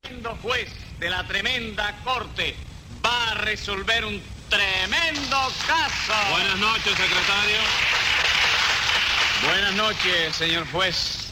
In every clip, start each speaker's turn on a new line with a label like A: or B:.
A: tremendo juez de la tremenda corte va a resolver un tremendo caso.
B: Buenas noches, secretario.
A: Buenas noches, señor juez.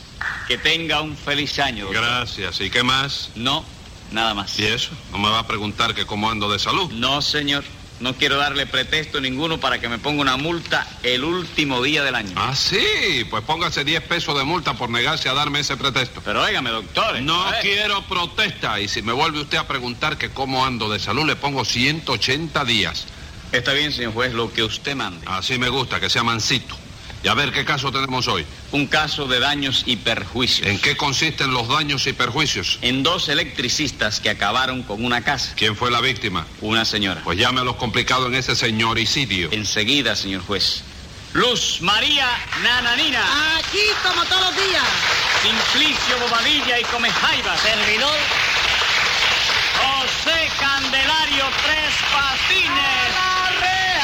A: Que tenga un feliz año. doctor.
B: Gracias. ¿Y qué más?
A: No, nada más.
B: ¿Y eso? ¿No me va a preguntar que cómo ando de salud?
A: No, señor. No quiero darle pretexto ninguno para que me ponga una multa el último día del año.
B: Ah, sí. Pues póngase 10 pesos de multa por negarse a darme ese pretexto.
A: Pero óigame, doctor.
B: No
A: a ver.
B: quiero protesta. Y si me vuelve usted a preguntar que cómo ando de salud, le pongo 180 días.
A: Está bien, señor juez, lo que usted mande.
B: Así me gusta, que sea mansito. Y a ver qué caso tenemos hoy.
A: Un caso de daños y perjuicios.
B: ¿En qué consisten los daños y perjuicios?
A: En dos electricistas que acabaron con una casa.
B: ¿Quién fue la víctima?
A: Una señora.
B: Pues llame a los complicados en ese señoricidio.
A: Enseguida, señor juez. Luz María Nananina,
C: Aquí como todos los días.
A: Simplicio Bobadilla y Comejaiba,
C: Servidor.
A: José Candelario Tres Patines.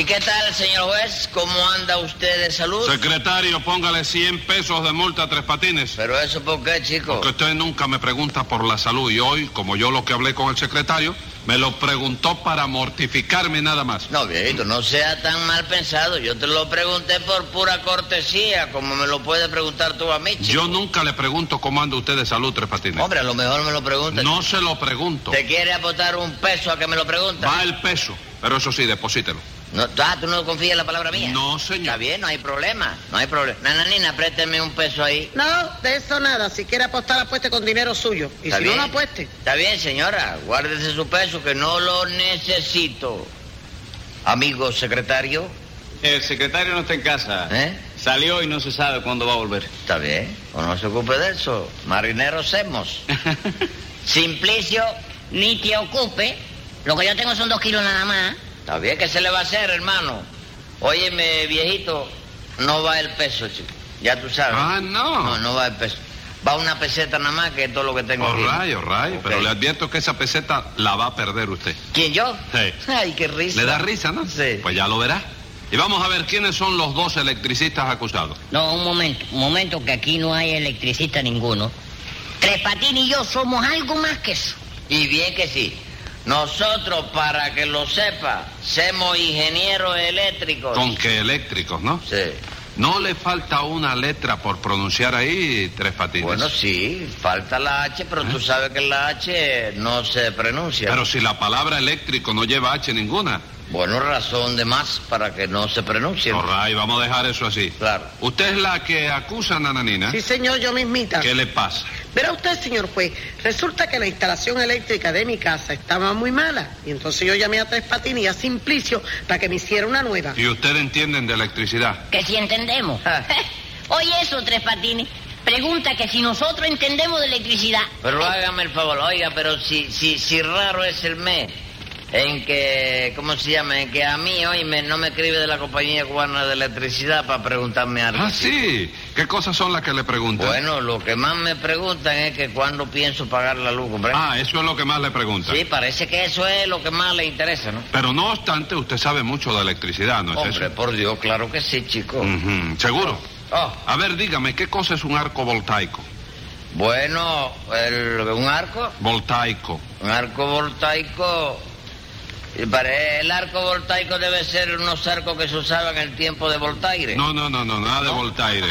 D: ¿Y qué tal, señor juez? ¿Cómo anda usted de salud?
B: Secretario, póngale 100 pesos de multa a Tres Patines.
D: Pero eso por qué, chico?
B: Que usted nunca me pregunta por la salud y hoy, como yo lo que hablé con el secretario, me lo preguntó para mortificarme nada más.
D: No, viejito, no sea tan mal pensado. Yo te lo pregunté por pura cortesía, como me lo puedes preguntar tú a mí, chico.
B: Yo nunca le pregunto cómo anda usted de salud, Tres Patines.
D: Hombre, a lo mejor me lo preguntas.
B: No se lo pregunto.
D: ¿Te quiere aportar un peso a que me lo preguntes?
B: Va el peso, pero eso sí, deposítelo.
D: No, ah, ¿tú no confías en la palabra mía?
B: No, señor.
D: Está bien, no hay problema, no hay problema. Nananina, présteme un peso ahí.
C: No, de eso nada. Si quiere apostar, apueste con dinero suyo. Y
D: Está
C: si
D: bien.
C: no, no apueste.
D: Está bien, señora. Guárdese su peso, que no lo necesito. Amigo secretario,
A: El secretario no está en casa.
D: ¿eh?
A: Salió y no se sabe cuándo va a volver.
D: Está bien, o no se ocupe de eso. Marineros semos.
E: Simplicio, ni te ocupe. Lo que yo tengo son dos kilos nada más.
D: Está bien, ¿qué se le va a hacer, hermano? Óyeme, viejito, no va el peso, chico. Ya tú sabes.
B: Ah, no.
D: No, no va el peso. Va una peseta nada más, que es todo lo que tengo
B: Oh,
D: aquí.
B: rayo, rayo,
D: Ok.
B: pero le advierto que esa peseta la va a perder usted.
D: ¿Quién, yo?
B: Sí.
D: Ay, qué risa.
B: ¿Le da risa, no?
D: Sí.
B: Pues ya lo verá. Y vamos a ver quiénes son los dos electricistas acusados.
E: No, un momento, un momento, que aquí no hay electricista ninguno. Tres Patines y yo somos algo más que eso.
D: Y bien que sí. Nosotros, para que lo sepa, somos ingenieros eléctricos.
B: Con que eléctricos, ¿no?
D: Sí.
B: No le falta una letra por pronunciar ahí, Tres Patines.
D: Bueno, sí, falta la H, pero
E: ¿Eh?
D: tú sabes que la H no se pronuncia.
B: Pero si la palabra eléctrico no lleva H ninguna.
D: Bueno, razón de más para que no se pronuncie.
B: Oh, ray, vamos a dejar eso así.
D: Claro.
B: Usted es la que acusa a
D: ¿Ah?
B: Nananina.
C: Sí, señor, yo mismita.
B: ¿Qué le pasa?
C: Verá usted, señor juez, resulta que la instalación eléctrica de mi casa estaba muy mala. Y entonces yo llamé a Tres Patines y a Simplicio para que me hiciera una nueva.
B: Y usted entienden de electricidad.
E: Que si entendemos.
D: Ah.
E: Oye eso, Tres Patines. Pregunta que si nosotros entendemos de electricidad.
D: Pero hágame el favor, oiga, pero si, si, si raro es el mes en que, ¿cómo se llama? En que a mí, hoy no me escribe de la compañía cubana de electricidad para preguntarme algo.
B: Ah, sí. ¿Qué cosas son las que le preguntan?
D: Bueno, lo que más me preguntan es que cuándo pienso pagar la luz, ¿comprende?
B: Ah, eso es lo que más le preguntan.
D: sí, parece que eso es lo que más le interesa, ¿no?
B: Pero no obstante, usted sabe mucho de electricidad, ¿no es
D: Hombre,
B: Pues eso? Mm.
D: por Dios, claro que sí, chico.
B: Ujú, ¿Seguro?
D: Oh,
B: A ver, dígame, ¿qué cosa es un arco voltaico?
D: bueno, el- un arco,
B: Voltaico.
D: un arco voltaico. y pare- El arco voltaico debe ser unos arcos que se usaban en el tiempo de Voltaire.
B: No, no, no, no, nada de voltaire.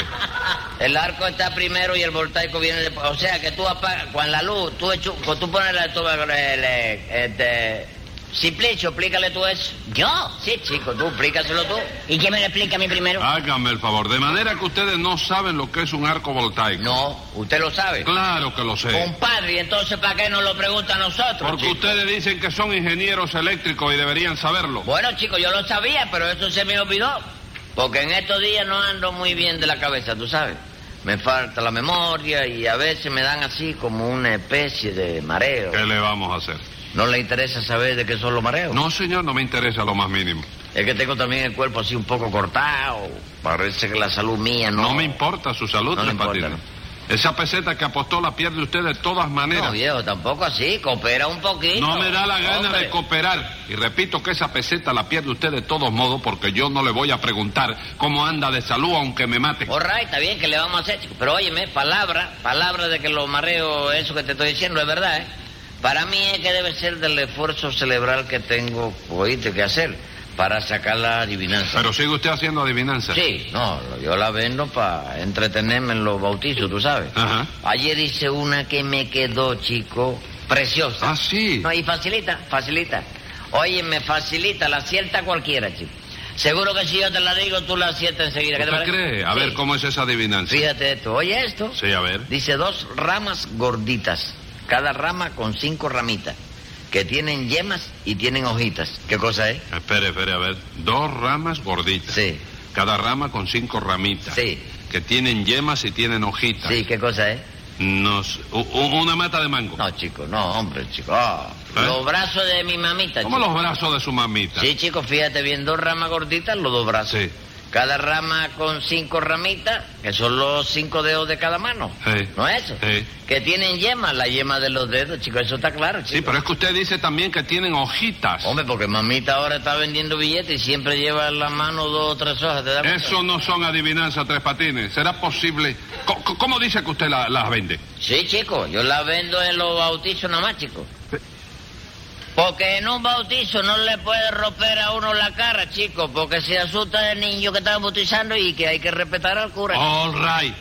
D: El arco está primero y el voltaico viene después. O sea que tú apagas, con la luz, tú, echu- cuando tú pones la tú- el- el- este, Simplicio, explícale tú eso.
E: ¿Yo?
D: Sí, chico, tú, explícaselo tú.
E: ¿Y quién me lo explica a mí primero?
B: Hágame el favor, de manera que ustedes no saben lo que es un arco voltaico.
D: No, usted lo sabe.
B: Claro que lo sé.
D: Compadre, ¿y entonces ¿para qué nos lo pregunta a nosotros?
B: Porque
D: chico?
B: ustedes dicen que son ingenieros eléctricos y deberían saberlo.
D: Bueno, chico, yo lo sabía, pero eso se me olvidó. Porque en estos días no ando muy bien de la cabeza, tú sabes. Me falta la memoria y a veces me dan así como una especie de mareo.
B: ¿Qué le vamos a hacer?
D: ¿No le interesa saber de qué son los mareos?
B: No, señor, no me interesa lo más mínimo.
D: Es que tengo también el cuerpo así un poco cortado. Parece que la salud mía no...
B: No me importa su salud,
D: No le
B: Tres
D: importa,
B: Patines. Esa peseta que apostó la pierde usted de todas maneras.
D: No, viejo, tampoco así. Coopera un poquito.
B: No me da la gana
D: Hombre.
B: de cooperar. Y repito que esa peseta la pierde usted de todos modos porque yo no le voy a preguntar cómo anda de salud aunque me mate.
D: All right, está bien que le vamos a hacer, chico. Pero óyeme, palabra, palabra de que lo mareo, eso que te estoy diciendo, es verdad, ¿eh? Para mí es que debe ser del esfuerzo cerebral que tengo, oíste, que hacer para sacar la adivinanza.
B: Pero sigue usted haciendo adivinanza.
D: Sí, no, yo la vendo para entretenerme en los bautizos, tú sabes.
B: Ajá.
D: Ayer hice una que me quedó, chico, preciosa.
B: Ah, sí.
D: No, y facilita, facilita. Oye, me facilita, la acierta cualquiera, chico. Seguro que si yo te la digo, tú la aciertas enseguida. ¿Qué te
B: ¿Usted
D: parece?
B: cree? A
D: Sí.
B: ver cómo es esa adivinanza.
D: Fíjate esto, oye esto.
B: Sí, a ver.
D: Dice dos ramas gorditas, cada rama con cinco ramitas, que tienen yemas y tienen hojitas. ¿Qué cosa es?
B: Espere, espere, a ver. Dos ramas gorditas.
D: Sí.
B: Cada rama con cinco ramitas.
D: Sí.
B: Que tienen yemas y tienen hojitas.
D: Sí, ¿qué cosa es?
B: Nos, u- u- una mata de mango.
D: No, chico, no, hombre, chico. Ah,
B: ¿Eh?
D: Los brazos de mi mamita.
B: Como
D: chico.
B: los brazos de su mamita.
D: Sí, chico, fíjate bien, dos ramas gorditas, los dos brazos.
B: Sí.
D: Cada rama con cinco ramitas, que son los cinco dedos de cada mano.
B: Sí.
D: ¿No es eso?
B: Sí.
D: Que tienen yemas, la yema de los dedos, chico, eso está claro, chico.
B: Sí, pero es que usted dice también que tienen hojitas.
D: Hombre, porque mamita ahora está vendiendo billetes y siempre lleva en la mano dos o tres hojas, ¿te das cuenta?
B: Eso no son adivinanzas, Tres Patines. ¿Será posible? Co- co- ¿Cómo dice que usted la- las vende?
D: Sí, chico, yo la vendo en los bautizos nomás, chico. Porque en un bautizo no le puede romper a uno la cara, chico, porque se asusta el niño que está bautizando y que hay que respetar al cura.
B: All right.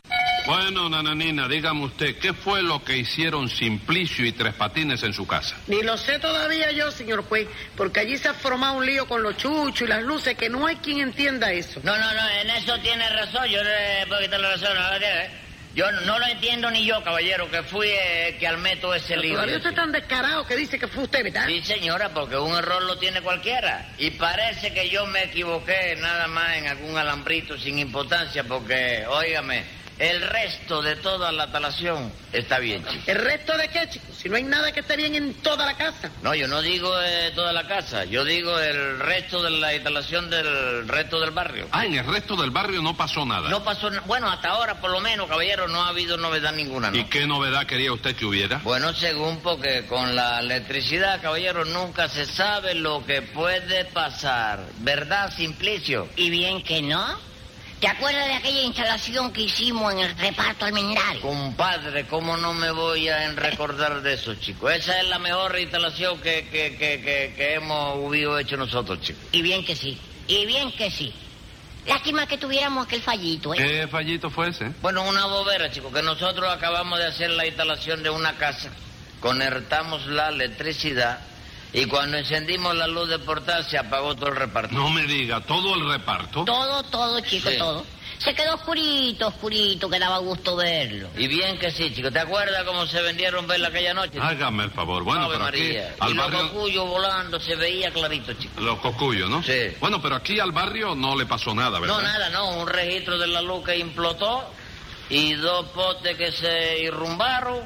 B: Bueno, nananina, dígame usted, ¿qué fue lo que hicieron Simplicio y Tres Patines en su casa?
C: Ni lo sé todavía yo, señor juez, porque allí se ha formado un lío con los chuchos y las luces que no hay quien entienda eso.
D: No, no, no, en eso tiene razón, yo le puedo quitar la razón. no, eh, Yo no lo entiendo ni yo, caballero, que fui eh, que almeto ese
C: Pero
D: lío.
C: Todavía usted
D: chico.
C: es tan descarado que dice que fue usted, ¿verdad?
D: Sí, señora, porque un error lo tiene cualquiera. Y parece que yo me equivoqué nada más en algún alambrito sin importancia, porque, óigame, el resto de toda la talación está bien, chico.
C: ¿El resto de qué, chicos? Si no hay nada que esté bien en toda la casa.
D: No, yo no digo eh, toda la casa, yo digo el resto de la instalación del resto del barrio.
B: Ah, en el resto del barrio no pasó nada.
D: No pasó nada. Bueno, hasta ahora, por lo menos, caballero, no ha habido novedad ninguna,
B: ¿Y
D: ¿no?
B: qué novedad quería usted que hubiera?
D: Bueno, según porque con la electricidad, caballero, nunca se sabe lo que puede pasar. ¿Verdad, Simplicio?
E: Y bien que no. ¿Te acuerdas de aquella instalación que hicimos en el reparto almendario?
D: Compadre, ¿cómo no me voy a recordar de eso, chico? Esa es la mejor instalación que, que, que, que, que hemos hubido hecho nosotros, chico.
E: Y bien que sí. Y bien que sí. Lástima que tuviéramos aquel fallito, ¿eh?
B: ¿Qué fallito fue ese?
D: Bueno, una bobera, chico, que nosotros acabamos de hacer la instalación de una casa. Conectamos la electricidad y cuando encendimos la luz de portal se apagó todo el reparto.
B: No me diga, todo el reparto.
E: Todo, todo, chico,
D: Sí.
E: todo. Se quedó oscurito, oscurito, que daba gusto verlo.
D: Y bien que sí, chico. ¿Te acuerdas cómo se vendieron verla aquella noche?
B: Hágame el favor. Bueno,
D: Ave
B: pero aquí
D: María. Y
B: al
D: los
B: barrio...
D: cocuyos volando, se veía clarito, chico.
B: Los cocuyos, ¿no?
D: Sí.
B: Bueno, pero aquí al barrio no le pasó nada, ¿verdad?
D: No, nada, no. Un registro de la luz que implotó y dos potes que se irrumbaron,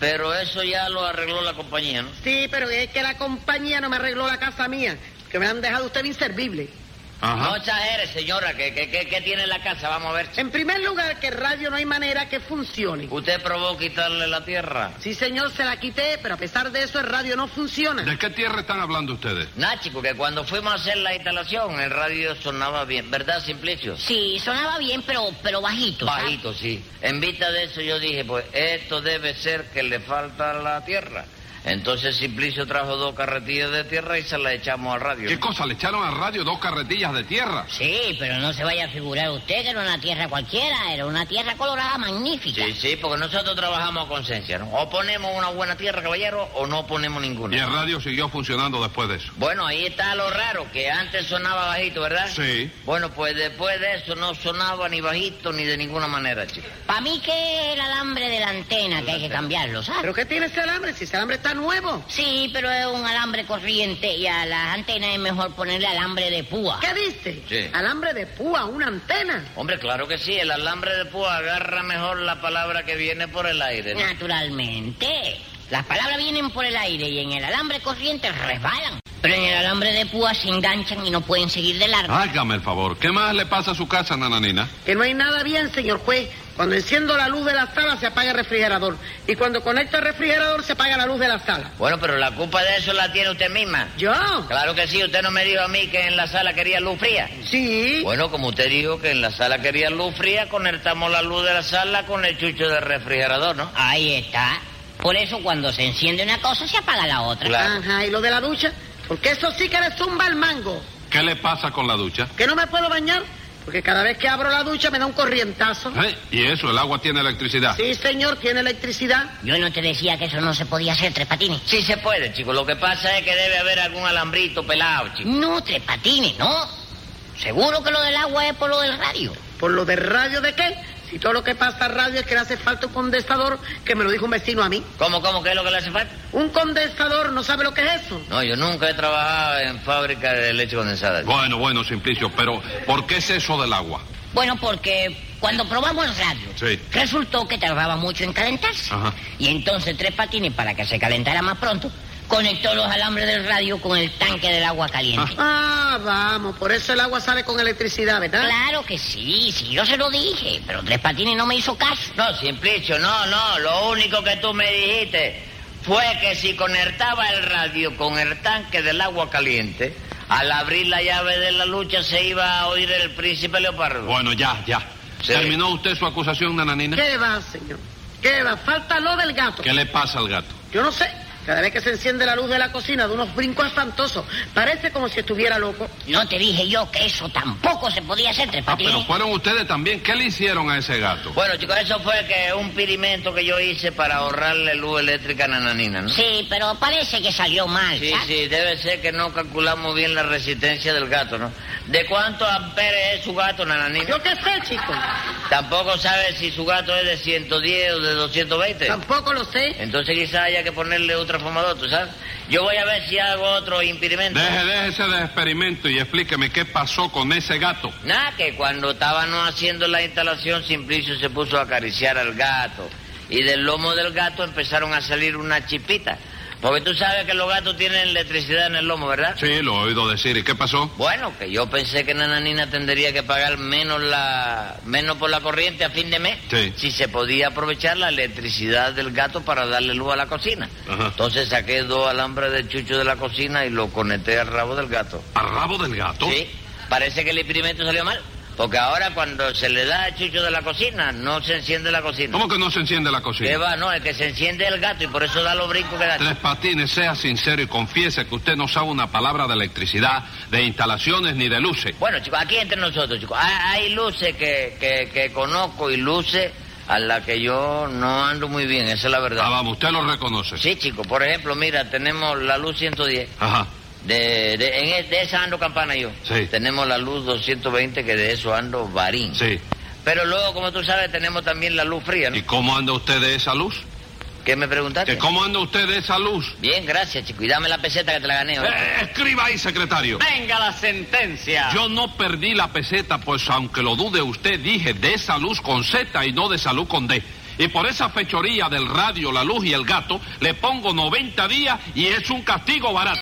D: pero eso ya lo arregló la compañía, ¿no?
C: Sí, pero es que la compañía no me arregló la casa mía, que me han dejado usted inservible.
D: No
B: Ajá.
D: exagere, señora, que, que, que- que tiene la casa, vamos a ver.
C: En primer lugar, que el radio no hay manera que funcione.
D: Usted probó quitarle la tierra.
C: Sí, señor, se la quité, pero a pesar de eso el radio no funciona.
B: ¿De qué tierra están hablando ustedes?
D: Nah, chico, que cuando fuimos a hacer la instalación, el radio sonaba bien, ¿verdad, Simplicio?
E: Sí, sonaba bien, pero, pero bajito. ¿sabes?
D: Bajito, sí. En vista de eso yo dije, pues esto debe ser que le falta la tierra. Entonces Simplicio trajo dos carretillas de tierra y se la echamos al radio.
B: ¿Qué cosa? ¿Le echaron al radio dos carretillas de tierra?
E: Sí, pero no se vaya a figurar usted que era una tierra cualquiera, era una tierra colorada magnífica.
D: Sí, sí, porque nosotros trabajamos a conciencia, ¿no? O ponemos una buena tierra, caballero, o no ponemos
B: Y el
D: ninguna.
B: radio siguió funcionando después de eso.
D: Bueno, ahí está lo raro, que antes sonaba bajito, ¿verdad?
B: Sí.
D: Bueno, pues después de eso no sonaba ni bajito ni de ninguna manera, chico.
E: Para mí que es el alambre de la antena que hay que cambiarlo, ¿sabes?
C: ¿Pero qué tiene ese alambre? Si ese alambre está nuevo.
E: Sí, pero es un alambre corriente y a las antenas es mejor ponerle alambre de púa.
C: ¿Qué dice?
D: Sí.
C: Alambre de púa, una antena.
D: Hombre, claro que sí, el alambre de púa agarra mejor la palabra que viene por el aire, ¿no?
E: Naturalmente. Las palabras vienen por el aire y en el alambre corriente resbalan. Pero en el alambre de púa se enganchan y no pueden
B: Ah.
E: seguir de largo.
B: Hágame el favor. ¿Qué más le pasa a su casa, nananina?
C: Que no hay nada bien, señor juez. Cuando enciendo la luz de la sala se apaga el refrigerador. Y cuando conecto el refrigerador se apaga la luz de la sala.
D: Bueno, pero la culpa de eso la tiene usted misma.
C: ¿Yo?
D: Claro que sí, usted no me dijo a mí que en la sala quería luz fría.
C: Sí.
D: Bueno, como usted dijo que en la sala quería luz fría, conectamos la luz de la sala con el chucho del refrigerador, ¿no?
E: Ahí está. Por eso cuando se enciende una cosa se apaga la otra.
D: Claro.
C: Ajá, ¿y lo de la ducha? Porque eso sí que le zumba el mango.
B: ¿Qué le pasa con la ducha?
C: ¿Que no me puedo bañar? Porque cada vez que abro la ducha me da un corrientazo.
B: ¿Eh? ¿Y eso? ¿El agua tiene electricidad?
C: Sí, señor, tiene electricidad.
E: Yo no te decía que eso no se podía hacer, Tres Patines.
D: Sí se puede, chico. Lo que pasa es que debe haber algún alambrito pelado, chico.
E: No, Tres Patines, no. Seguro que lo del agua es por lo del radio.
C: ¿Por lo de radio de qué? Si todo lo que pasa a radio es que le hace falta un condensador, que me lo dijo un vecino a mí.
D: ¿Cómo, cómo? ¿Qué es lo que le hace falta?
C: Un condensador, ¿no sabe lo que es eso?
D: No, yo nunca he trabajado en fábrica de leche condensada. chico.
B: Bueno, bueno, Simplicio, pero ¿por qué es eso del agua?
E: Bueno, porque cuando probamos el radio,
B: Sí.
E: resultó que tardaba mucho en calentarse.
B: Ajá.
E: Y entonces Tres Patines, para que se calentara más pronto, conectó los alambres del radio con el tanque del agua caliente.
C: Ah, vamos, por eso el agua sale con electricidad, ¿verdad?
E: Claro que sí, sí, yo se lo dije, pero Tres Patines no me hizo caso.
D: No, Simplicio, no, no. Lo único que tú me dijiste fue que si conectaba el radio con el tanque del agua caliente, al abrir la llave de la lucha se iba a oír el príncipe Leopardo.
B: Bueno, ya, ya.
D: Sí.
B: ¿Terminó usted su acusación, nananina?
C: ¿Qué va, señor? ¿Qué va? Falta lo del gato.
B: ¿Qué le pasa al gato?
C: Yo no sé. Cada vez que se enciende la luz de la cocina, de unos brincos espantosos. Parece como si estuviera loco.
E: No te dije yo que eso tampoco se podía hacer, Tres
B: Ah,
E: Patines.
B: pero fueron ustedes también. ¿Qué le hicieron a ese gato?
D: Bueno, chicos, eso fue que un pirimento que yo hice para ahorrarle luz eléctrica a Nananina, ¿no?
E: Sí, pero parece que salió mal,
D: Sí,
E: ¿sabes?
D: sí, debe ser que no calculamos bien la resistencia del gato, ¿no? ¿De cuántos amperes es su gato, Nananina?
C: Yo qué sé, chico.
D: Tampoco sabe si su gato es de 110 o de 220.
C: Tampoco lo sé.
D: Entonces quizá haya que ponerle un transformador, ¿tú sabes? Yo voy a ver si hago otro impedimento.
B: Deje, déjese de experimento y explíqueme qué pasó con ese gato.
D: Nada, que cuando estábamos haciendo la instalación, Simplicio se puso a acariciar al gato. Y del lomo del gato empezaron a salir una chispita. Porque tú sabes que los gatos tienen electricidad en el lomo, ¿verdad?
B: Sí, lo he oído decir. ¿Y qué pasó?
D: Bueno, que yo pensé que Nananina tendría que pagar menos la menos por la corriente a fin de mes
B: Sí.
D: si se podía aprovechar la electricidad del gato para darle luz a la cocina.
B: Ajá.
D: Entonces saqué dos alambres de chucho de la cocina y lo conecté al rabo del gato.
B: ¿Al rabo del gato?
D: Sí, parece que el experimento salió mal, porque ahora cuando se le da a chucho de la cocina no se enciende la cocina.
B: ¿Cómo que no se enciende la cocina?
D: ¿Qué va? No, es que se enciende el gato y por eso da los brincos que da.
B: Tres Patines, sea sincero y confiese que usted no sabe una palabra de electricidad, de instalaciones ni de luces.
D: Bueno, chicos, aquí entre nosotros, chicos, hay, hay luces que, que- que conozco y luces a las que yo no ando muy bien, esa es la
B: Ah,
D: verdad.
B: vamos, usted lo reconoce.
D: Sí, chicos, por ejemplo, mira, tenemos la luz 110.
B: Ajá.
D: De, de, en e- de esa ando campana yo.
B: Sí.
D: Tenemos la luz 220, que de eso ando varín.
B: Sí.
D: Pero luego, como tú sabes, tenemos también la luz fría, ¿no?
B: ¿Y cómo anda usted de esa luz?
D: ¿Qué me
B: ¿Que
D: preguntaste?
B: ¿Cómo anda usted de esa luz?
D: Bien, gracias, chico. Y dame la peseta que te la gané. ¿oíste?
B: Eh, escriba ahí, secretario.
A: Venga la sentencia.
B: Yo no perdí la peseta, pues aunque lo dude usted, dije de esa luz con Z y no de salud con D. Y por esa fechoría del radio, la luz y el gato, le pongo 90 días y es un castigo barato.